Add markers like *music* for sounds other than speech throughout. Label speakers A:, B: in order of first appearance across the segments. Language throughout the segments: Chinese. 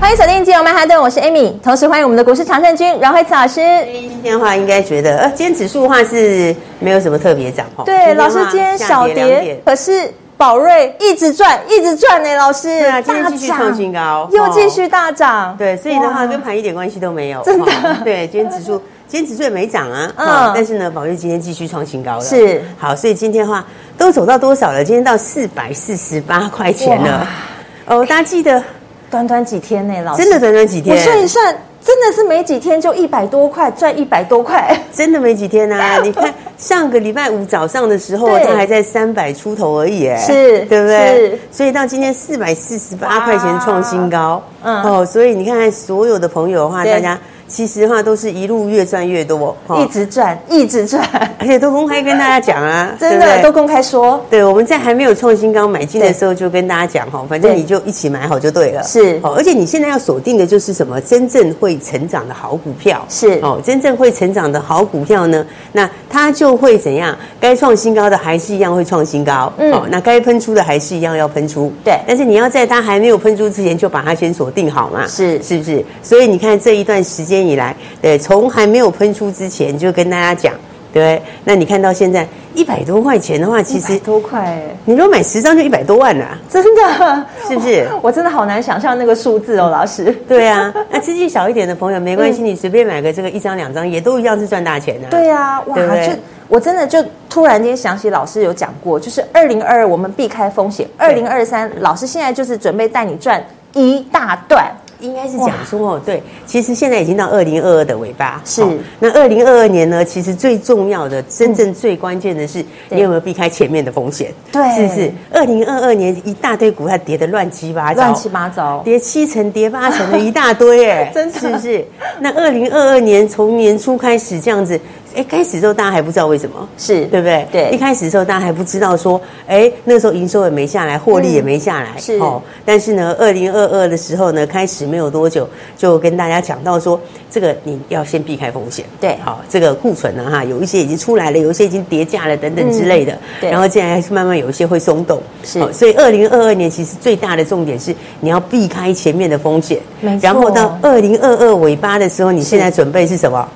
A: 欢迎锁定金融曼哈顿，我是 Amy，同时欢迎我们的股市常胜军饶慧慈老师。
B: 今天的话，应该觉得呃，今天指数的话是没有什么特别涨哈。
A: 对，老师今天小
B: 下两点
A: 跌，可是宝瑞一直赚，一直赚呢、老师。
B: 对啊，今天继续创新高，
A: 又继
B: 哦。
A: 续大涨。
B: 对，所以的话
A: 哇
B: 跟盘一点关系都没有。
A: 真的
B: 哦对，今天指数。今天指数也没涨啊，
A: 嗯
B: 嗯，但是呢，宝瑞今天继续创新高了，
A: 是
B: 好，所以今天的话都走到多少了？今天到四百四十八块钱了，哦，大家记得
A: 短短几天呢、哎老师。
B: 真的，短短几天，
A: 我算一算，真的是没几天就一百多块，赚一百多块。
B: 真的没几天
A: *laughs*
B: 呐、你看上个礼拜五早上的时候，啊
A: 对
B: 它还在三百出头而已，哎，
A: 是
B: 对不对
A: 是？
B: 所以到今天四百四十八
A: 哇
B: 块钱创新高，
A: 嗯
B: 哦，所以你看看所有的朋友的话，
A: 对
B: 大家其实的话都是一路越赚越多，哦
A: 一直赚，一直赚，
B: 而且都公开跟大家讲
A: *laughs*
B: 啊，
A: 真
B: 对
A: 的
B: 不对
A: 都公开说。
B: 对，我们在还没有创新高买进的
A: 对
B: 时候，就跟大家讲哈，反正
A: 对
B: 你就一起买好就对了。
A: 是
B: 哦，而且你现在要锁定的就是什么真正会成长的好股票。
A: 是
B: 哦，真正会成长的好股票呢，那它就会怎样？该创新高的还是一样会创新高，
A: 嗯
B: 哦，那该喷出的还是一样要喷出。
A: 对
B: 但是你要在它还没有喷出之前，就把它先锁定好嘛。
A: 是
B: 是不是？所以你看这一段时间以来，对，从还没有喷出之前就跟大家讲。对不对，那你看到现在一百多块钱的话，其实
A: 100多块、哎，
B: 你如果买十张就一百多万啦、
A: 真的
B: 是不是
A: *laughs* 我？我真的好难想象那个数字哦，老师。
B: 对啊，那资金小一点的朋友没关系，你随便买个这个一张两张也都一样是赚大钱啊。
A: 嗯对啊，哇，
B: 对不对
A: 就我真的就突然间想起老师有讲过，就是二零二二我们避开风险，二零二三老师现在就是准备带你赚一大段，
B: 应该是讲说哦，对，其实现在已经到二零二二的尾巴，
A: 是
B: 哦那二零二二年呢，其实最重要的、真正最关键的是，
A: 嗯对
B: 你有没有避开前面的风险？
A: 对
B: 是不是？二零二二年一大堆股票跌得乱七八糟，
A: 乱七八糟。，
B: 跌七成、跌八成的一大堆，哎
A: *laughs* 真的
B: 是不是？那二零二二年从年初开始这样子，哎，开始之后大家还不知道为什么，
A: 是
B: 对不对？
A: 对
B: 一开始的时候大家还不知道说，哎，那个时候营收也没下来，获利也没下来，
A: 嗯是
B: 但是呢，二零二二的时候呢，开始没有多久，就跟大家讲到说，这个你要先避开风险，
A: 对
B: 好，这个库存呢、哈，有一些已经出来了，有一些已经叠价了等等之类的，
A: 对
B: 然后现在慢慢有一些会松动，
A: 是
B: 好所以二零二二年其实最大的重点是你要避开前面的风险
A: 没，错
B: 然后到二零二二尾巴的时候，你现在准备是什么？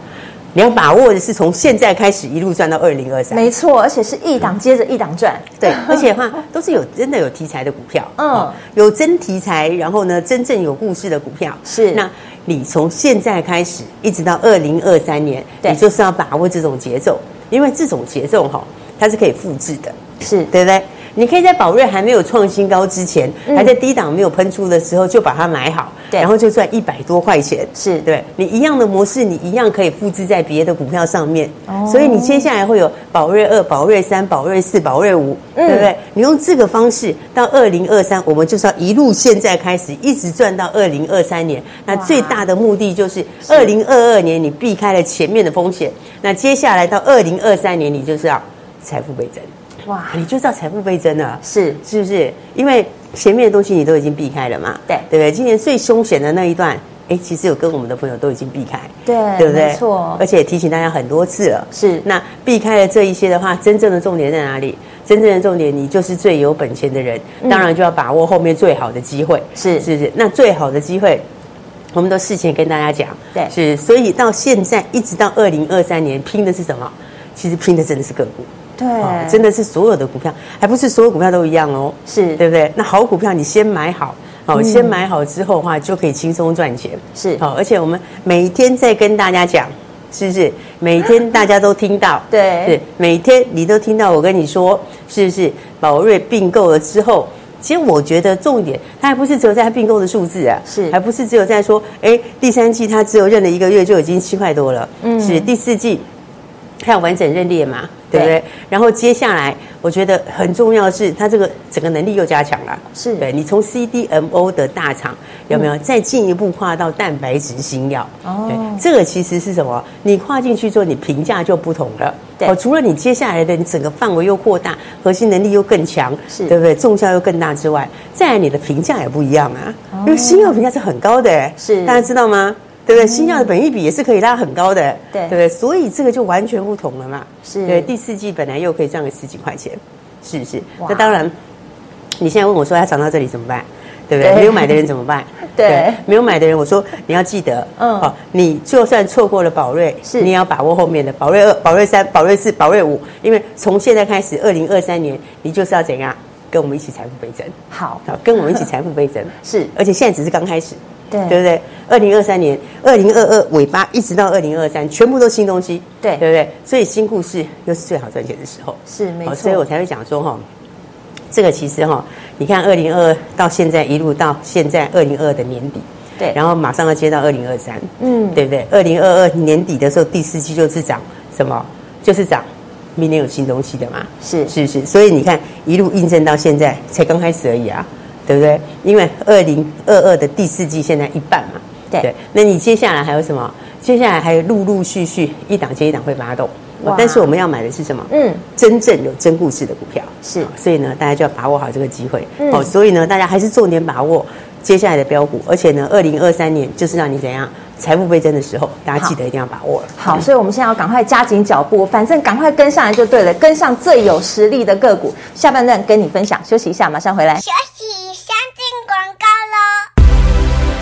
B: 你要把握的是从现在开始一路赚到二零二三，
A: 没错，而且是一档接着一档赚，
B: 对，而且的话都是有真的有题材的股票，
A: 嗯
B: 嗯，有真题材，然后呢，真正有故事的股票
A: 是
B: 那。你从现在开始，一直到二零二三年，
A: 对
B: 你就是要把握这种节奏，因为这种节奏哈，它是可以复制的，
A: 是
B: 对不对？你可以在宝瑞还没有创新高之前，
A: 嗯
B: 还在低档没有喷出的时候就把它买好，
A: 对
B: 然后就赚一百多块钱。
A: 是
B: 对你一样的模式，你一样可以复制在别的股票上面。
A: 哦
B: 所以你接下来会有宝瑞二、宝瑞三、宝瑞四、宝瑞五，
A: 嗯
B: 对不对？你用这个方式到二零二三，我们就是要一路现在开始，一直赚到二零二三年。那
A: 哇
B: 最大的目的就是二零二二年你避开了前面的风险，那接下来到二零二三年你就是要财富倍增。
A: 哇，
B: 你就知道财富倍增了，
A: 是
B: 是不是？因为前面的东西你都已经避开了嘛，
A: 对
B: 对不对？今年最凶险的那一段，哎，其实有跟我们的朋友都已经避开，
A: 对
B: 对不对？
A: 没错
B: 而且也提醒大家很多次了，
A: 是
B: 那避开了这一些的话，真正的重点在哪里？真正的重点，你就是最有本钱的人，
A: 嗯
B: 当然就要把握后面最好的机会，
A: 是
B: 是不是？那最好的机会。我们都事前跟大家讲，
A: 对
B: 是，所以到现在一直到二零二三年，拼的是什么？其实拼的真的是个股，
A: 对，
B: 哦真的是所有的股票，还不是所有股票都一样哦，
A: 是嗯
B: 对不对？那好股票你先买好。哦，先买好之后的话，就可以轻松赚钱。哦
A: 是
B: 好、而且我们每天在跟大家讲，是不是？每天大家都听到，
A: *laughs* 对
B: 是每天你都听到我跟你说，是不是？宝瑞并购了之后，其实我觉得重点，它还不是只有在它并购的数字啊，
A: 是
B: 还不是只有在说，哎，第三季它只有认了一个月就已经七块多了，
A: 嗯
B: 是第四季它有完整认列嘛，对不
A: 对
B: 对？然后接下来，我觉得很重要的是，它这个整个能力又加强了。
A: 是嗯
B: 对你从 CDMO 的大厂有没有再进一步跨到蛋白质新药？
A: 哦
B: 对，这个其实是什么？你跨进去之后，你评价就不同了。哦
A: 对
B: 除了你接下来的你整个范围又扩大，核心能力又更强，
A: 是
B: 对不对？重效又更大之外，再来你的评价也不一样啊，因为新药评价是很高的、哎
A: 哦是
B: 大家知道吗？对不对？新药的本益比也是可以拉很高的、
A: 嗯对
B: 对不对？所以这个就完全不同了嘛。
A: 是
B: 对，第四季本来又可以赚个十几块钱，是不是
A: 哇？
B: 那当然，你现在问我说它涨到这里怎么办？对不对？
A: 对
B: 没有买的人怎么办？
A: *laughs* 对
B: 没有买的人，我说你要记得，
A: 嗯
B: 哦，你就算错过了宝瑞，
A: 是
B: 你也要把握后面的宝瑞二、宝瑞三、宝瑞四、宝瑞五，因为从现在开始，二零二三年你就是要怎样跟我们一起财富倍增，
A: 好，
B: 好，跟我们一起财富倍增，
A: *laughs* 是
B: 而且现在只是刚开始，
A: 对
B: 对不对？二零二三年、二零二二尾巴一直到二零二三，全部都新东西，
A: 对
B: 对不对？所以新故事又是最好赚钱的时候，
A: 是没
B: 好
A: 错，
B: 哦所以我才会讲说哈，这个其实哈，你看二零二到现在一路到现在二零二的年底，
A: 对
B: 然后马上要接到二零二三，
A: 嗯
B: 对不对？二零二二年底的时候，第四季就是涨什么？就是涨明年有新东西的嘛，
A: 是
B: 是不是？所以你看一路印证到现在，才刚开始而已啊，对不对？因为二零二二的第四季现在一半嘛，
A: 对
B: 那你接下来还有什么？接下来还有陆陆续续一档接一档会发动，
A: 哇
B: 但是我们要买的是什么？
A: 嗯，
B: 真正有真故事的股票
A: 是
B: 好所以呢，大家就要把握好这个机会。
A: 嗯
B: 哦，所以呢，大家还是重点把握接下来的标股，而且呢，二零二三年就是让你怎样财富倍增的时候，大家记得一定要把握了。
A: 好，所以我们现在要赶快加紧脚步，反正赶快跟上来就对了，跟上最有实力的个股。下半段跟你分享，休息一下，马上回来。
C: 学习相进广告喽。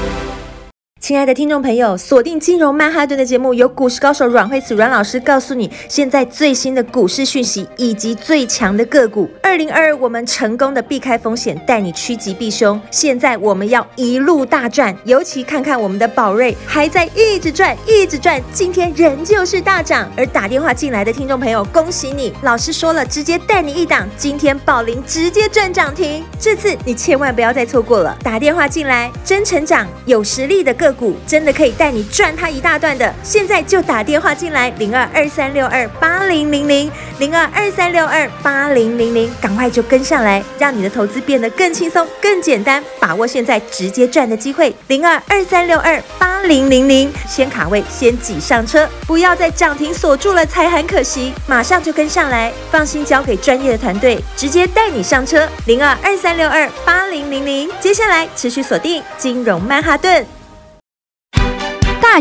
A: 亲爱的听众朋友，锁定金融曼哈顿的节目，由股市高手阮慧慈阮老师告诉你现在最新的股市讯息以及最强的个股。二零二二，我们成功的避开风险，带你趋吉避凶。现在我们要一路大赚，尤其看看我们的宝瑞还在一直赚，一直赚，今天仍旧是大涨。而打电话进来的听众朋友，恭喜你，老师说了，直接带你一档，今天宝林直接赚涨停，这次你千万不要再错过了。打电话进来，真成长有实力的个股，真的可以带你赚它一大段的。现在就打电话进来，零二二三六二八零零零，零二二三六二八零零零，赶快就跟上来，让你的投资变得更轻松、更简单，把握现在直接赚的机会。零二二三六二八零零零，先卡位，先挤上车，不要在涨停锁住了才很可惜，马上就跟上来，放心交给专业的团队，直接带你上车。零二二三六二八零零零，接下来持续锁定金融曼哈顿。
D: 大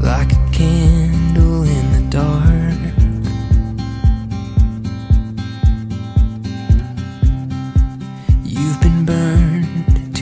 E: like a candle in the dark. You've been burned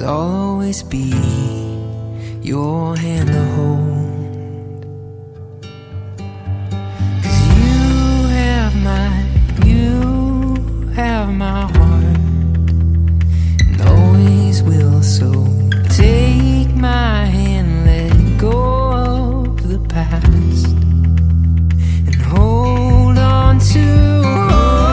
E: I'll always be your hand to hold. Cause you have my, you have my heart, and always will. So take my hand, let go of the past and hold on to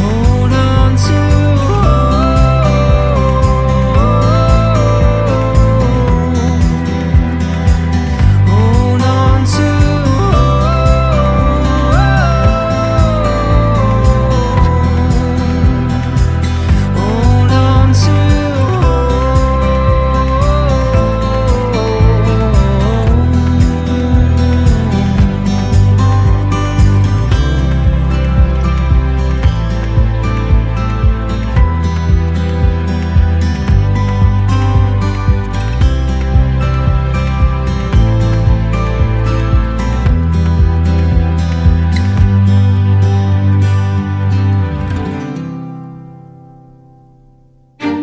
E: hold on to hold on to hold on to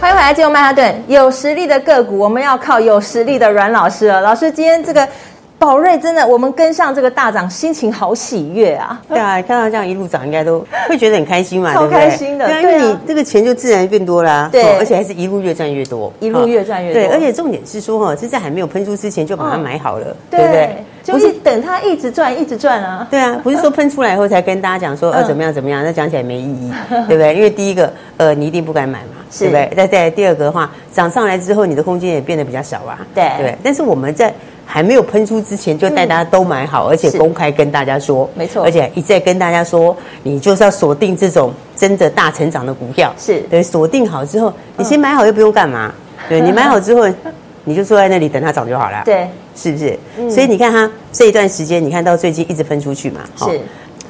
A: 欢迎回来，金融曼哈顿。有实力的个股，我们要靠有实力的阮老师了。老师，今天这个宝瑞真的，我们跟上这个大涨，心情好喜悦啊！
B: 对啊，看到这样一路涨，应该都会觉得很开心嘛，
A: 超
B: 对不对
A: 开心的
B: 对啊，因
A: 对啊
B: 为你这个钱就自然变多啦，
A: 对
B: 哦而且还是一路越赚越多，
A: 一路越赚越多嗯
B: 对，而且重点是说哈，是在还没有喷出之前就把它买好了，对不对？
A: 就
B: 不是
A: 是等它一直赚，一直赚啊！
B: 对啊，不是说喷出来以后才跟大家讲
A: 嗯
B: 说呃怎么样怎么样，那讲起来没意义，对不对？因为第一个呃你一定不敢买嘛，
A: 是
B: 对不对？再再来第二个的话，涨上来之后你的空间也变得比较少啊，
A: 对
B: 不对。但是我们在还没有喷出之前就带大家都买好，而且
A: 是
B: 公开跟大家说，
A: 没错
B: 而且一再跟大家说，你就是要锁定这种真的大成长的股票，
A: 是嗯
B: 对，锁定好之后，你先买好又不用干嘛，对你买好之后，你就坐在那里等它涨就好了，。
A: 对，嗯
B: 是不是？所以你看它这一段时间，你看到最近一直喷出去嘛，哦
A: 是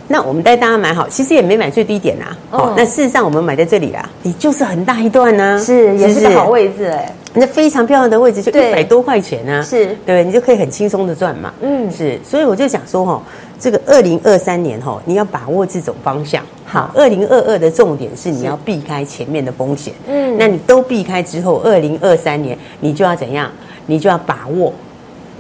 B: 那我们带大家买好，其实也没买最低点啦。
A: 嗯
B: 哦，那事实上我们买在这里啦，你就是很大一段呢、
A: 是，也是
B: 不
A: 个好位置哎。
B: 那非常漂亮的位置，就
A: 对
B: 一百多块钱啊，
A: 是
B: 对，你就可以很轻松的赚嘛，
A: 嗯
B: 是，所以我就想说哈、这个二零二三年哈、你要把握这种方向。
A: 好
B: 二零二二的重点是你要避开前面的风险，
A: 嗯
B: 那你都避开之后，二零二三年你就要怎样？你就要把握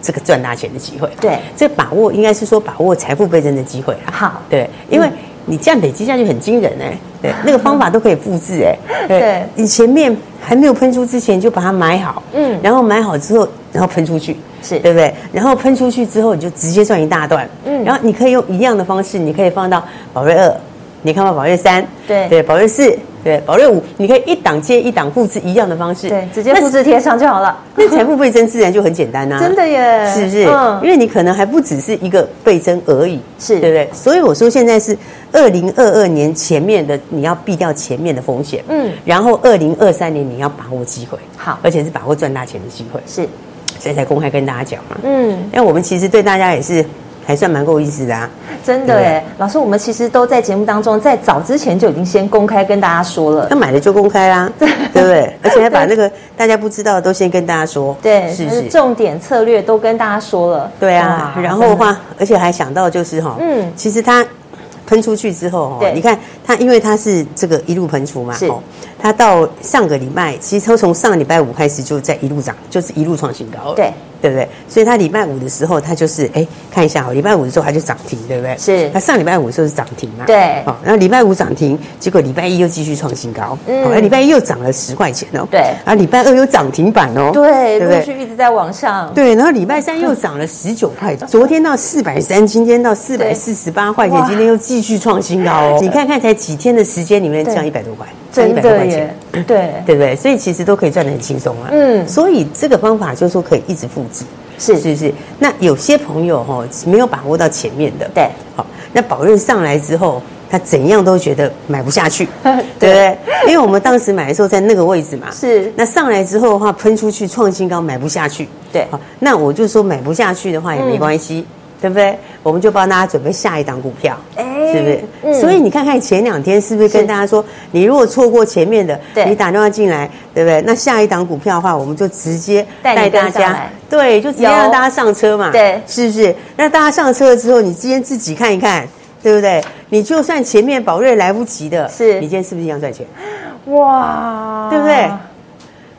B: 这个赚大钱的机会，
A: 对
B: 这把握应该是说把握财富倍增的机会啦，
A: 好
B: 对，因为
F: 嗯
B: 你这样累积下去很惊人哎、对，那个方法都可以复制
F: *laughs*
B: 哎、
A: 对
B: 你前面还没有喷出之前就把它买好，
A: 嗯
B: 嗯，然后买好之后，然后喷出去，
A: 是
B: 对不对？然后喷出去之后，你就直接赚一大段，
A: 嗯
B: 嗯，然后你可以用一样的方式，你可以放到宝瑞二，你看到宝瑞三，
A: 对
B: 对，宝瑞四，对，宝瑞五，你可以一档接一档复制一样的方式，
F: 对，直接复制贴上就好了。
B: 那财富倍增自然就很简单啊呐、
F: *laughs* 真的耶
B: 是不是？
F: 嗯
B: 因为你可能还不只是一个倍增而已，
F: 是
B: 对不对？所以我说现在是二零二二年前面的，你要避掉前面的风险，
F: 嗯
B: 然后二零二三年你要把握机会，
F: 好
B: 而且是把握赚大钱的机会，
F: 是，
B: 所以才公开跟大家讲嘛。哎
F: 嗯，
B: 那我们其实对大家也是还算蛮够意思的啊，
F: 真的耶，老师，我们其实都在节目当中，在早之前就已经先公开跟大家说了
B: 那。买了就公开
F: *laughs*
B: 啦，对不对？而且还把那个大家不知道的都先跟大家说，
F: 对，
B: 是
F: 就
B: 不
F: 是
B: 是？
F: 重点策略都跟大家说了。
B: 对啊，
F: 哇哦
B: 然后的，话，而且还想到就是哈，
F: 嗯
B: 嗯，其实它喷出去之后哈
F: 对，
B: 你看它，因为它是这个一路喷出嘛，
F: 是
B: 哦，它到上个礼拜，其实它从上个礼拜五开始就在一路涨，就是一路创新高了，
F: 对
B: 对不对？所以它礼拜五的时候，它就是哎，看一下哦，礼拜五的时候它就涨停，对不对？
F: 是
B: 它上礼拜五的时候是涨停嘛，
F: 对
B: 好，然后礼拜五涨停，结果礼拜一又继续创新高，
F: 嗯
B: 嗯，那礼拜一又涨了十块钱哦，
F: 对
B: 啊，礼拜二又涨停板哦，
F: 对，
B: 不
F: 陆续一直在往上。
B: 对，然后礼拜三又涨了十九块，昨天到四百三，今天到四百四十八块
F: 哇
B: 钱，今天又继续创新高
F: *laughs*
B: 哦。你看看，才几天的时间里面
F: 对
B: 赚一百多块，赚一
F: 真
B: 百多
F: 的
B: 块
F: 耶
B: 钱，，
F: 对，
B: 对不对？所以其实都可以赚得很轻松啊。
F: 嗯
B: 所以这个方法就是说可以一直复制，
F: 是
B: 是不是？那有些朋友哈、哦、没有把握到前面的，
F: 对，，
B: 好，那宝润上来之后。他怎样都觉得买不下去
F: *laughs*
B: 对不对？因为我们当时买的时候在那个位置嘛，
F: 是
B: 那上来之后的话，喷出去创新高，买不下去。
F: 对嗯
B: 好，那我就说买不下去的话也没关系，对不对？我们就帮大家准备下一档股票，
F: 哎
B: 是不是？
F: 嗯
B: 所以你看看前两天是不是跟大家说，你如果错过前面的，
F: 对
B: 你打电话进来，对不对？那下一档股票的话，我们就直接
F: 带你
B: 带大
F: 跟上
B: 家
F: 来，
B: 对，就直接
F: 有
B: 让大家上车嘛，
F: 对
B: 是不是？那大家上车了之后，你今天自己看一看。对不对？你就算前面宝瑞来不及的，
F: 是
B: 你今天是不是一样赚钱？
F: 哇，
B: 对不对？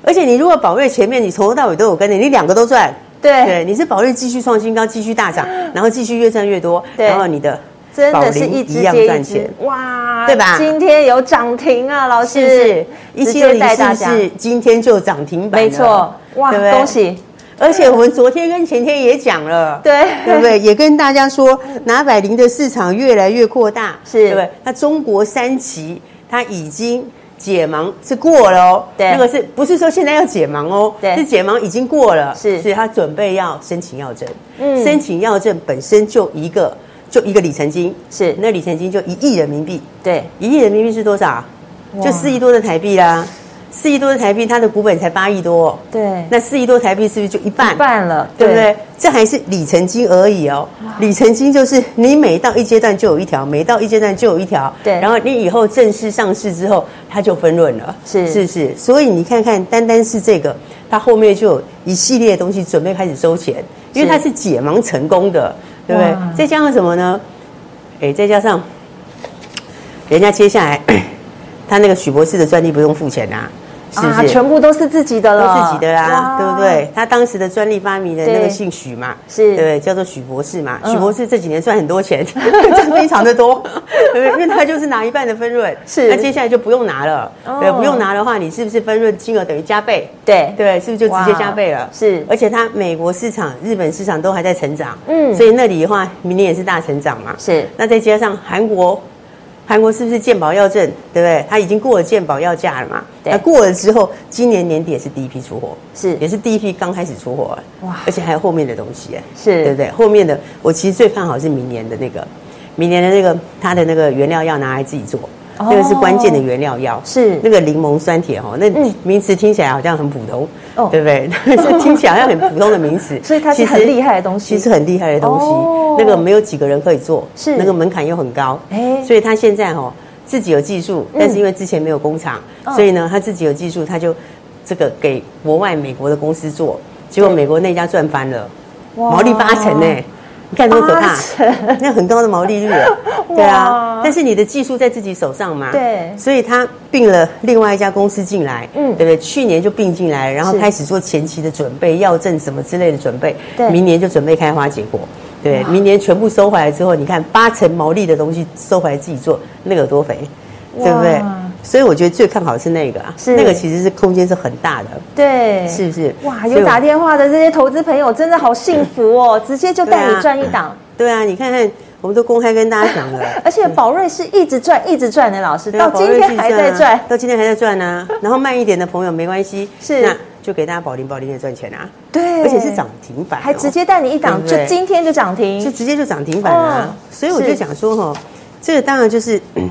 B: 而且你如果宝瑞前面你从头到尾都有跟着，你两个都赚，
F: 对
B: 对，你是宝瑞继续创新高，继续大涨，然后继续越赚越多，
F: 对
B: 然后你的
F: 真
B: 宝
F: 的是
B: 林
F: 一只啊
B: 样
F: 接一
B: 赚
F: 只
B: 钱，，
F: 哇，
B: 对吧
F: 今天有涨停啊，老
B: 是不是
F: 师，？
B: 一
F: 直
B: 七
F: 接
B: 六零
F: 带
B: 是
F: 大
B: 不
F: 家
B: 是今天就涨停板了？
F: 没错，哇，
B: 对不对
F: 恭！喜，
B: 而且我们昨天跟前天也讲了，
F: 对
B: 对不对？也跟大家说，拿百灵的市场越来越扩大，
F: 是
B: 对不对？那中国三期它已经。解盲是过了哦，
F: 对
B: 那个是不是说现在要解盲哦？
F: 对
B: 是解盲已经过了，
F: 是
B: 是他准备要申请药证，
F: 嗯
B: 申请药证本身就一个就一个里程金，
F: 是
B: 那里程金就一亿人民币，
F: 对，
B: 一亿人民币是多少？啊就四亿多的台币啦，四亿多的台币，它的股本才八亿多哦、
F: 对
B: 那四亿多台币是不是就一半？
F: 一半了
B: 对不
F: 对
B: 对？这还是里程金而已哦。里程金就是你每到一阶段就有一条，每到一阶段就有一条。
F: 对
B: 然后你以后正式上市之后，它就分润了，
F: 是
B: 是不是？所以你看看，单单是这个，它后面就有一系列的东西准备开始收钱，因为
F: 是
B: 它是解盲成功的，对不对
F: 哇？
B: 再加上什么呢？哎，再加上人家接下来 *clears throat* 他那个许博士的专利不用付钱啊，是不是？
F: 啊，全部都是自己的
B: 都
F: 了，
B: 自己的啦
F: 哇，
B: 对不？对？他当时的专利发明人
F: 对
B: 那个姓许嘛，对
F: 是
B: 不对？叫做许博士嘛。
F: 嗯
B: 许博士这几年赚很多钱， *laughs* 赚非常的多， *laughs* 对不对？因为他就是拿一半的分润，
F: 是
B: 那接下来就不用拿了，
F: 哦
B: 对，不用拿的话，你是不是分润金额等于加倍？
F: 对
B: 对，是不是就直接加倍了
F: 哇？是
B: 而且它美国市场、日本市场都还在成长，
F: 嗯
B: 嗯，所以那里的话，明年也是大成长嘛。
F: 是
B: 那再加上韩国，韩国是不是健保药证，对不对？它已经过了健保药价了嘛？
F: 对
B: 那过了之后，今年年底也是第一批出货，
F: 是
B: 也是第一批刚开始出货，
F: 哇
B: 哇！而且还有后面的东西，哎
F: 是
B: 对不对？后面的我其实最看好是明年的那个，明年的那个它的那个原料药拿来自己做。
F: 哦
B: 那个是关键的原料药，
F: 是
B: 那个柠檬酸铁哦，那
F: 嗯
B: 名词听起来好像很普通，
F: 哦
B: 对不对？ *laughs* 这听起来好像很普通的名词，
F: *laughs* 所以它是
B: 其实
F: 很厉害的东西
B: 其实很厉害的东西，
F: 哦
B: 那个没有几个人可以做，
F: 是
B: 那个门槛又很高，
F: 哎
B: 所以他现在哦自己有技术，但是因为之前没有工厂，
F: 嗯
B: 所以呢他自己有技术，他就这个给国外美国的公司做，结果
F: 对
B: 美国那家赚翻了，
F: 哇
B: 毛利八成呢、你看多可怕
F: 八成，
B: 那很高的毛利率
F: *laughs*
B: 啊，对
F: 哇
B: 啊，但是你的技术在自己手上嘛，
F: 对
B: 所以他并了另外一家公司进来，
F: 嗯
B: 嗯，对不对？去年就并进来了，然后
F: 是
B: 开始做前期的准备、药证什么之类的准备，
F: 对
B: 明年就准备开花结果。对，明年全部收回来之后，你看八成毛利的东西收回来自己做，那个有多肥，对不对
F: 哇？
B: 所以我觉得最看好是那个啊，
F: 是
B: 那个其实是空间是很大的，
F: 对，
B: 是不是？
F: 哇，
B: 所以
F: 有
B: 我
F: 打电话的这些投资朋友真的好幸福哦，直接就带
B: 对
F: 你
B: 啊
F: 赚一档，
B: 对啊，你看看我们都公开跟大家讲了。
F: *laughs* 而且宝瑞是一直赚一直赚的，老师
B: 对啊
F: 到今天还
B: 宝瑞
F: 在，
B: 自己
F: 赚
B: 啊。到今天还在赚啊。然后慢一点的朋友没关系，
F: 是
B: 那就给大家保零保零的赚钱啊。
F: 对
B: 而且是涨停板哦，
F: 还直接带你一档，
B: 对不
F: 就
B: 对
F: 今天就涨停，
B: 就直接就涨停板啊。
F: 嗯
B: 所以我就是讲说哈，这个当然就是 *clears throat* 嗯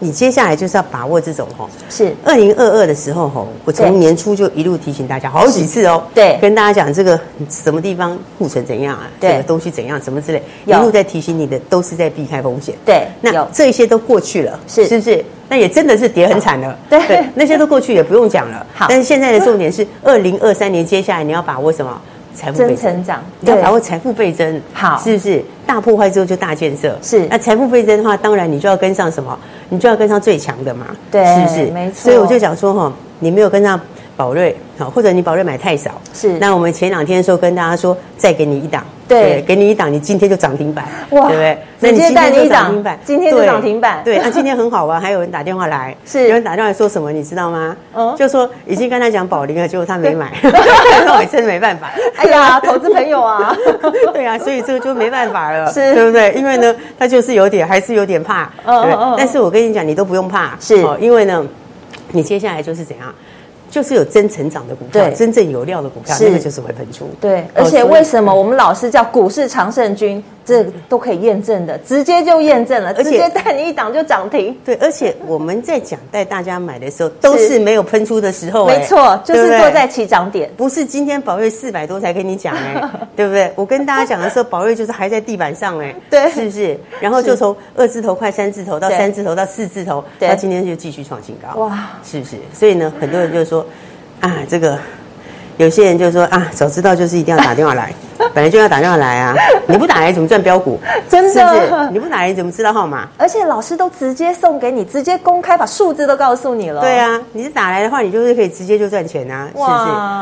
B: 你接下来就是要把握这种哈。
F: 是
B: 二零二二的时候哈，我
F: 对
B: 从年初就一路提醒大家好几次哦，
F: 对
B: 跟大家讲这个什么地方库存怎样啊，
F: 对
B: 这个东西怎样，什么之类，一
F: 有
B: 路在提醒你的都是在避开风险。
F: 对
B: 那
F: 有
B: 这些都过去了，
F: 是
B: 是不是？那也真的是跌很惨了，
F: *laughs* 对
B: 那些都过去也不用讲了。
F: 好
B: 但是现在的重点是二零二三年接下来你要把握什么？财富倍
F: 真成长
B: 你要
F: 对
B: 把握财富倍增，
F: 好
B: 是不是？大破坏之后就大建设，
F: 是
B: 那财富倍增的话，当然你就要跟上什么？你就要跟上最强的嘛，
F: 对
B: 是不是？
F: 没错
B: 所以我就讲说哈，你没有跟上宝瑞，好，或者你宝瑞买太少，
F: 是
B: 那我们前两天的时候跟大家说，再给你一档，
F: 对
B: 给你一档，你今天就涨停板，
F: 哇
B: 对不对？
F: 直接带你一
B: 今天就
F: 档
B: 涨停板
F: 今天就
B: 对
F: 涨停板
B: 对，那今天很好玩，还有人打电话来，
F: *laughs* 是
B: 有人打电话来说什么，你知道吗？
F: 嗯
B: 就说已经跟他讲宝林了，结果他没买， *laughs* 那我真的没办法。
F: 哎呀，投资朋友啊，
B: *laughs* 对啊，所以这个就没办法了，
F: 是
B: 对不对？因为呢，他就是有点，还是有点怕。
F: 嗯
B: 对
F: 嗯嗯
B: 但是我跟你讲，你都不用怕，哦
F: 是
B: 因为呢，你接下来就是怎样，就是有真成长的股票，
F: 对
B: 真正有料的股票，
F: 是
B: 那个就是会喷出。
F: 对
B: 哦，
F: 而
B: 所
F: 且
B: 以
F: 为什么我们老师叫股市常胜军，这都可以验证的，直接就验证了，
B: 而且
F: 直接带你一档就涨停。
B: 对，而且我们在讲带大家买的时候，都是没有喷出的时候，哎
F: 没错，就是
B: 对不对
F: 坐在起涨点。
B: 不是今天宝瑞四百多才跟你讲
F: *laughs*
B: 哎、对不对？我跟大家讲的时候，宝瑞就是还在地板上哎、
F: 对
B: 是不是？然后就从二字头快三字头到
F: 对
B: 三字头到四字头，
F: 对
B: 那今天就继续创新高，
F: 哇
B: 哇，是不是？所以呢，很多人就说啊，这个有些人就说啊，早知道就是一定要打电
F: *laughs*
B: 话来，本来就要打电话来啊，你不打来怎么赚标股？
F: 真的
B: 是不是？你不打来你怎么知道号码？
F: 而且老师都直接送给你，直接公开把数字都告诉你了。
B: 对，啊，你是打来的话，你就是可以直接就赚钱啊，是
F: 哇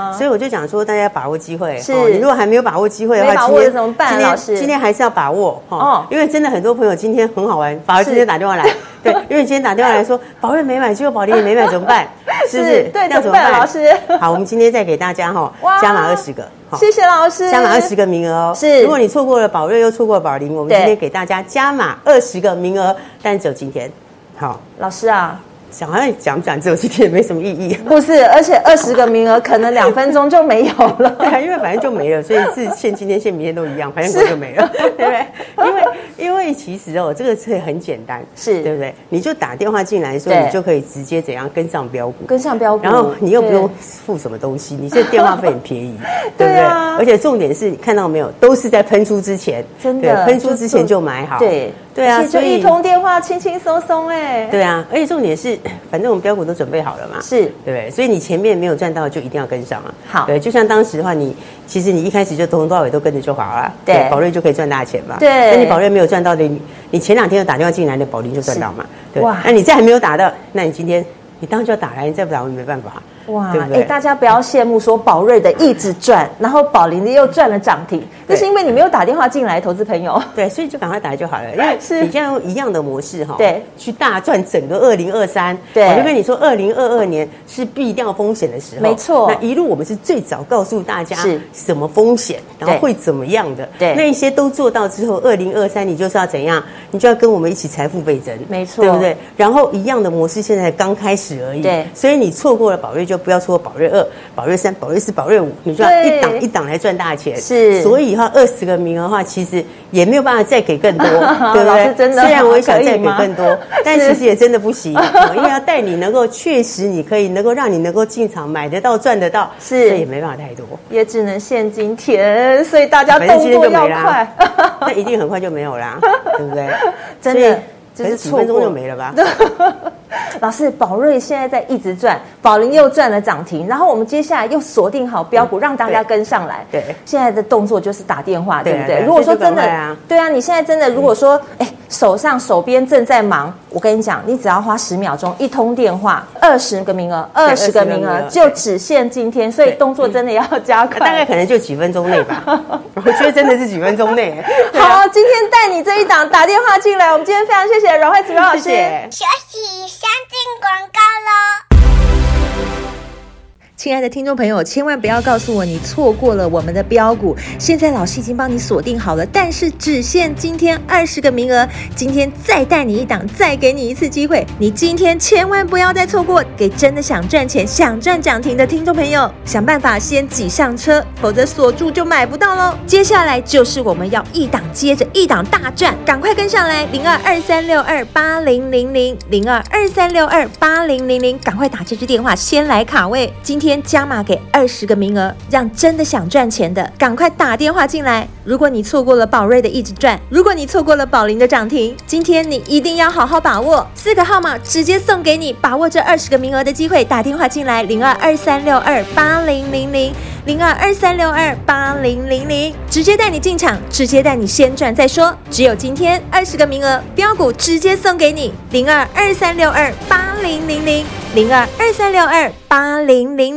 B: 不是？所以我就讲说，大家把握机会。哦
F: 是
B: 你如果还没有把握机会的
F: 没
B: 话，
F: 把
B: 今
F: 握
B: 天
F: 了怎么办啊
B: 今天
F: 老师
B: 今天还是要把握哈、
F: 哦
B: 因为真的很多朋友今天很好玩，反而今天打电
F: *laughs*
B: 话来，对，因为你今天打电话来说宝瑞没买，结果宝林也没买，怎么
F: *laughs*
B: 办？是不
F: 是
B: 是？
F: 对
B: 那
F: 怎么办老师
B: 好，我们今天再给大家哈、
F: 哇
B: 加码二十个，好
F: 谢谢老师，
B: 加码二十个名额哦。
F: 是
B: 如果你错过了宝瑞，又错过了宝林，我们
F: 对
B: 今天给大家加码二十个名额，但只有今天。好，
F: 老师啊，
B: 想好像讲不讲只有今天也没什么意义。 *laughs*
F: 不是，而且二十个名额可能两分钟就没有
B: 对
F: 了。
B: 啊，因为反正就没了，所以是限今天限明天都一样，反正我就没
F: *laughs*
B: 了，对不对？因为因为其实哦，这个是很简单，
F: 是
B: 对不对？你就打电话进来说，
F: 对
B: 你就可以直接怎样跟上标股，
F: 跟上标股，
B: 然后你又不用
F: 对
B: 付什么东西，你这电话费很便
F: *laughs*
B: 宜，对不
F: 对
B: 对
F: 啊？
B: 而且重点是你看到没有，都是在喷出之前，
F: 真
B: 对
F: 的
B: 喷出之前就买好，
F: 对
B: 对啊
F: 而，且就
B: 所以
F: 一通电话，轻轻松松哎。
B: 对啊，而且重点是，反正我们标股都准备好了嘛，
F: 是
B: 对不对？所以你前面没有赚到，就一定要跟上啊。
F: 好
B: 对，就像当时的话，你其实你一开始就从头到尾都跟着就好了，啊
F: 对
B: 宝瑞就可以赚大钱嘛。
F: 对
B: 那你宝瑞没有赚到的，你你前两天有打电话进来的，宝林就赚到嘛。对，
F: 哇
B: 那你再还没有打到，那你今天你当然就要打来，你再不打我也没办法，
F: 哇，
B: 对不
F: 哎、
B: 对？
F: 大家不要羡慕说宝瑞的一直赚，然后宝林的又赚了涨停，那
B: 对
F: 是因为你没有打电话进来，投资朋友。
B: 对，所以就赶快打来就好了，因为
F: 是
B: 你这样用一样的模式哈，
F: 对，
B: 去大赚整个二零二三，
F: 对
B: 我就跟你说，二零二二年是避掉风险的时候，
F: 没错
B: 那一路我们是最早告诉大家
F: 是
B: 什么风险，然后
F: 对
B: 会怎么样的，
F: 对
B: 那一些都做到之后，二零二三你就是要怎样，你就要跟我们一起财富倍增，
F: 没错
B: 对不对？然后一样的模式现在刚开始而已，
F: 对
B: 所以你错过了宝瑞就不要错过宝瑞二、宝瑞三、宝瑞四、宝瑞五，你就要
F: 对
B: 一档一档来赚大钱，
F: 是
B: 所以。所以哈，二十个名额的话，其实也没有办法再给
F: *laughs*
B: 更多，对不
F: 老师
B: 对？
F: 真的
B: 虽然我也想
F: 可以
B: 再给
F: 吗，
B: 更多 *laughs* 但
F: 是
B: 其实也真的不
F: *laughs*
B: 行，哦因为要带你能够确实你可以能够让你能够进场买得到赚得到，
F: 是
B: 所以也没办法
F: *laughs*
B: 太多，
F: 也只能现今天，所以大家
B: 反正今
F: 动
B: 天
F: 作
B: 就
F: 要
B: 没啦
F: 快，
B: 那一定很快就没有啦，对不对？
F: *laughs* 真的
B: 所以可
F: 就是
B: 能几分
F: 错过
B: 钟就没了
F: *laughs*
B: 吧？
F: 老师，宝瑞现在在一直赚，宝林又赚了涨停，然后我们接下来又锁定好标股，让大家跟上来。
B: 嗯对
F: 现在的动作就是打电话，对
B: 对啊
F: 不
B: 对
F: 对？
B: 啊
F: 如果说真
B: 所以就赶
F: 的
B: 快啊，
F: 对啊，你现在真的如果说，哎，手上手边正在忙，我跟你讲，你只要花十秒钟，一通电话，二十个名额，二十个
B: 20个
F: 名额嗯
B: 名额
F: 就只限今天，所以
B: 对
F: 动作真的要加快。
B: 大概可能就几分钟内吧，
F: *laughs*
B: 我觉得真的是几分钟内。对啊
F: 好，今天带你这一档打电话进来，我们今天非常谢谢阮慧慈阮老师。
B: 啊谢谢
C: 休息一下，进广告喽。
A: 亲爱的听众朋友，千万不要告诉我你错过了我们的标股，现在老师已经帮你锁定好了，但是只限今天二十个名额，今天再带你一档，再给你一次机会，你今天千万不要再错过，给真的想赚钱、想赚涨停的听众朋友，想办法先挤上车，否则锁住就买不到喽。接下来就是我们要一档接着一档大赚，赶快跟上来，零二二三六二八零零零零二二三六二八零零零，赶快打这支电话先来卡位，今天加码给二十个名额，让真的想赚钱的赶快打电话进来。如果你错过了宝瑞的一直赚，如果你错过了宝林的涨停，今天你一定要好好把握，四个号码直接送给你，把握这二十个名额的机会，打电话进来零二二三六二八零零零。零二二三六二八零零零，直接带你进场，直接带你先赚再说。只有今天二十个名额，标股直接送给你。零二二三六二八零零零，零二二三六二八零零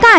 D: 大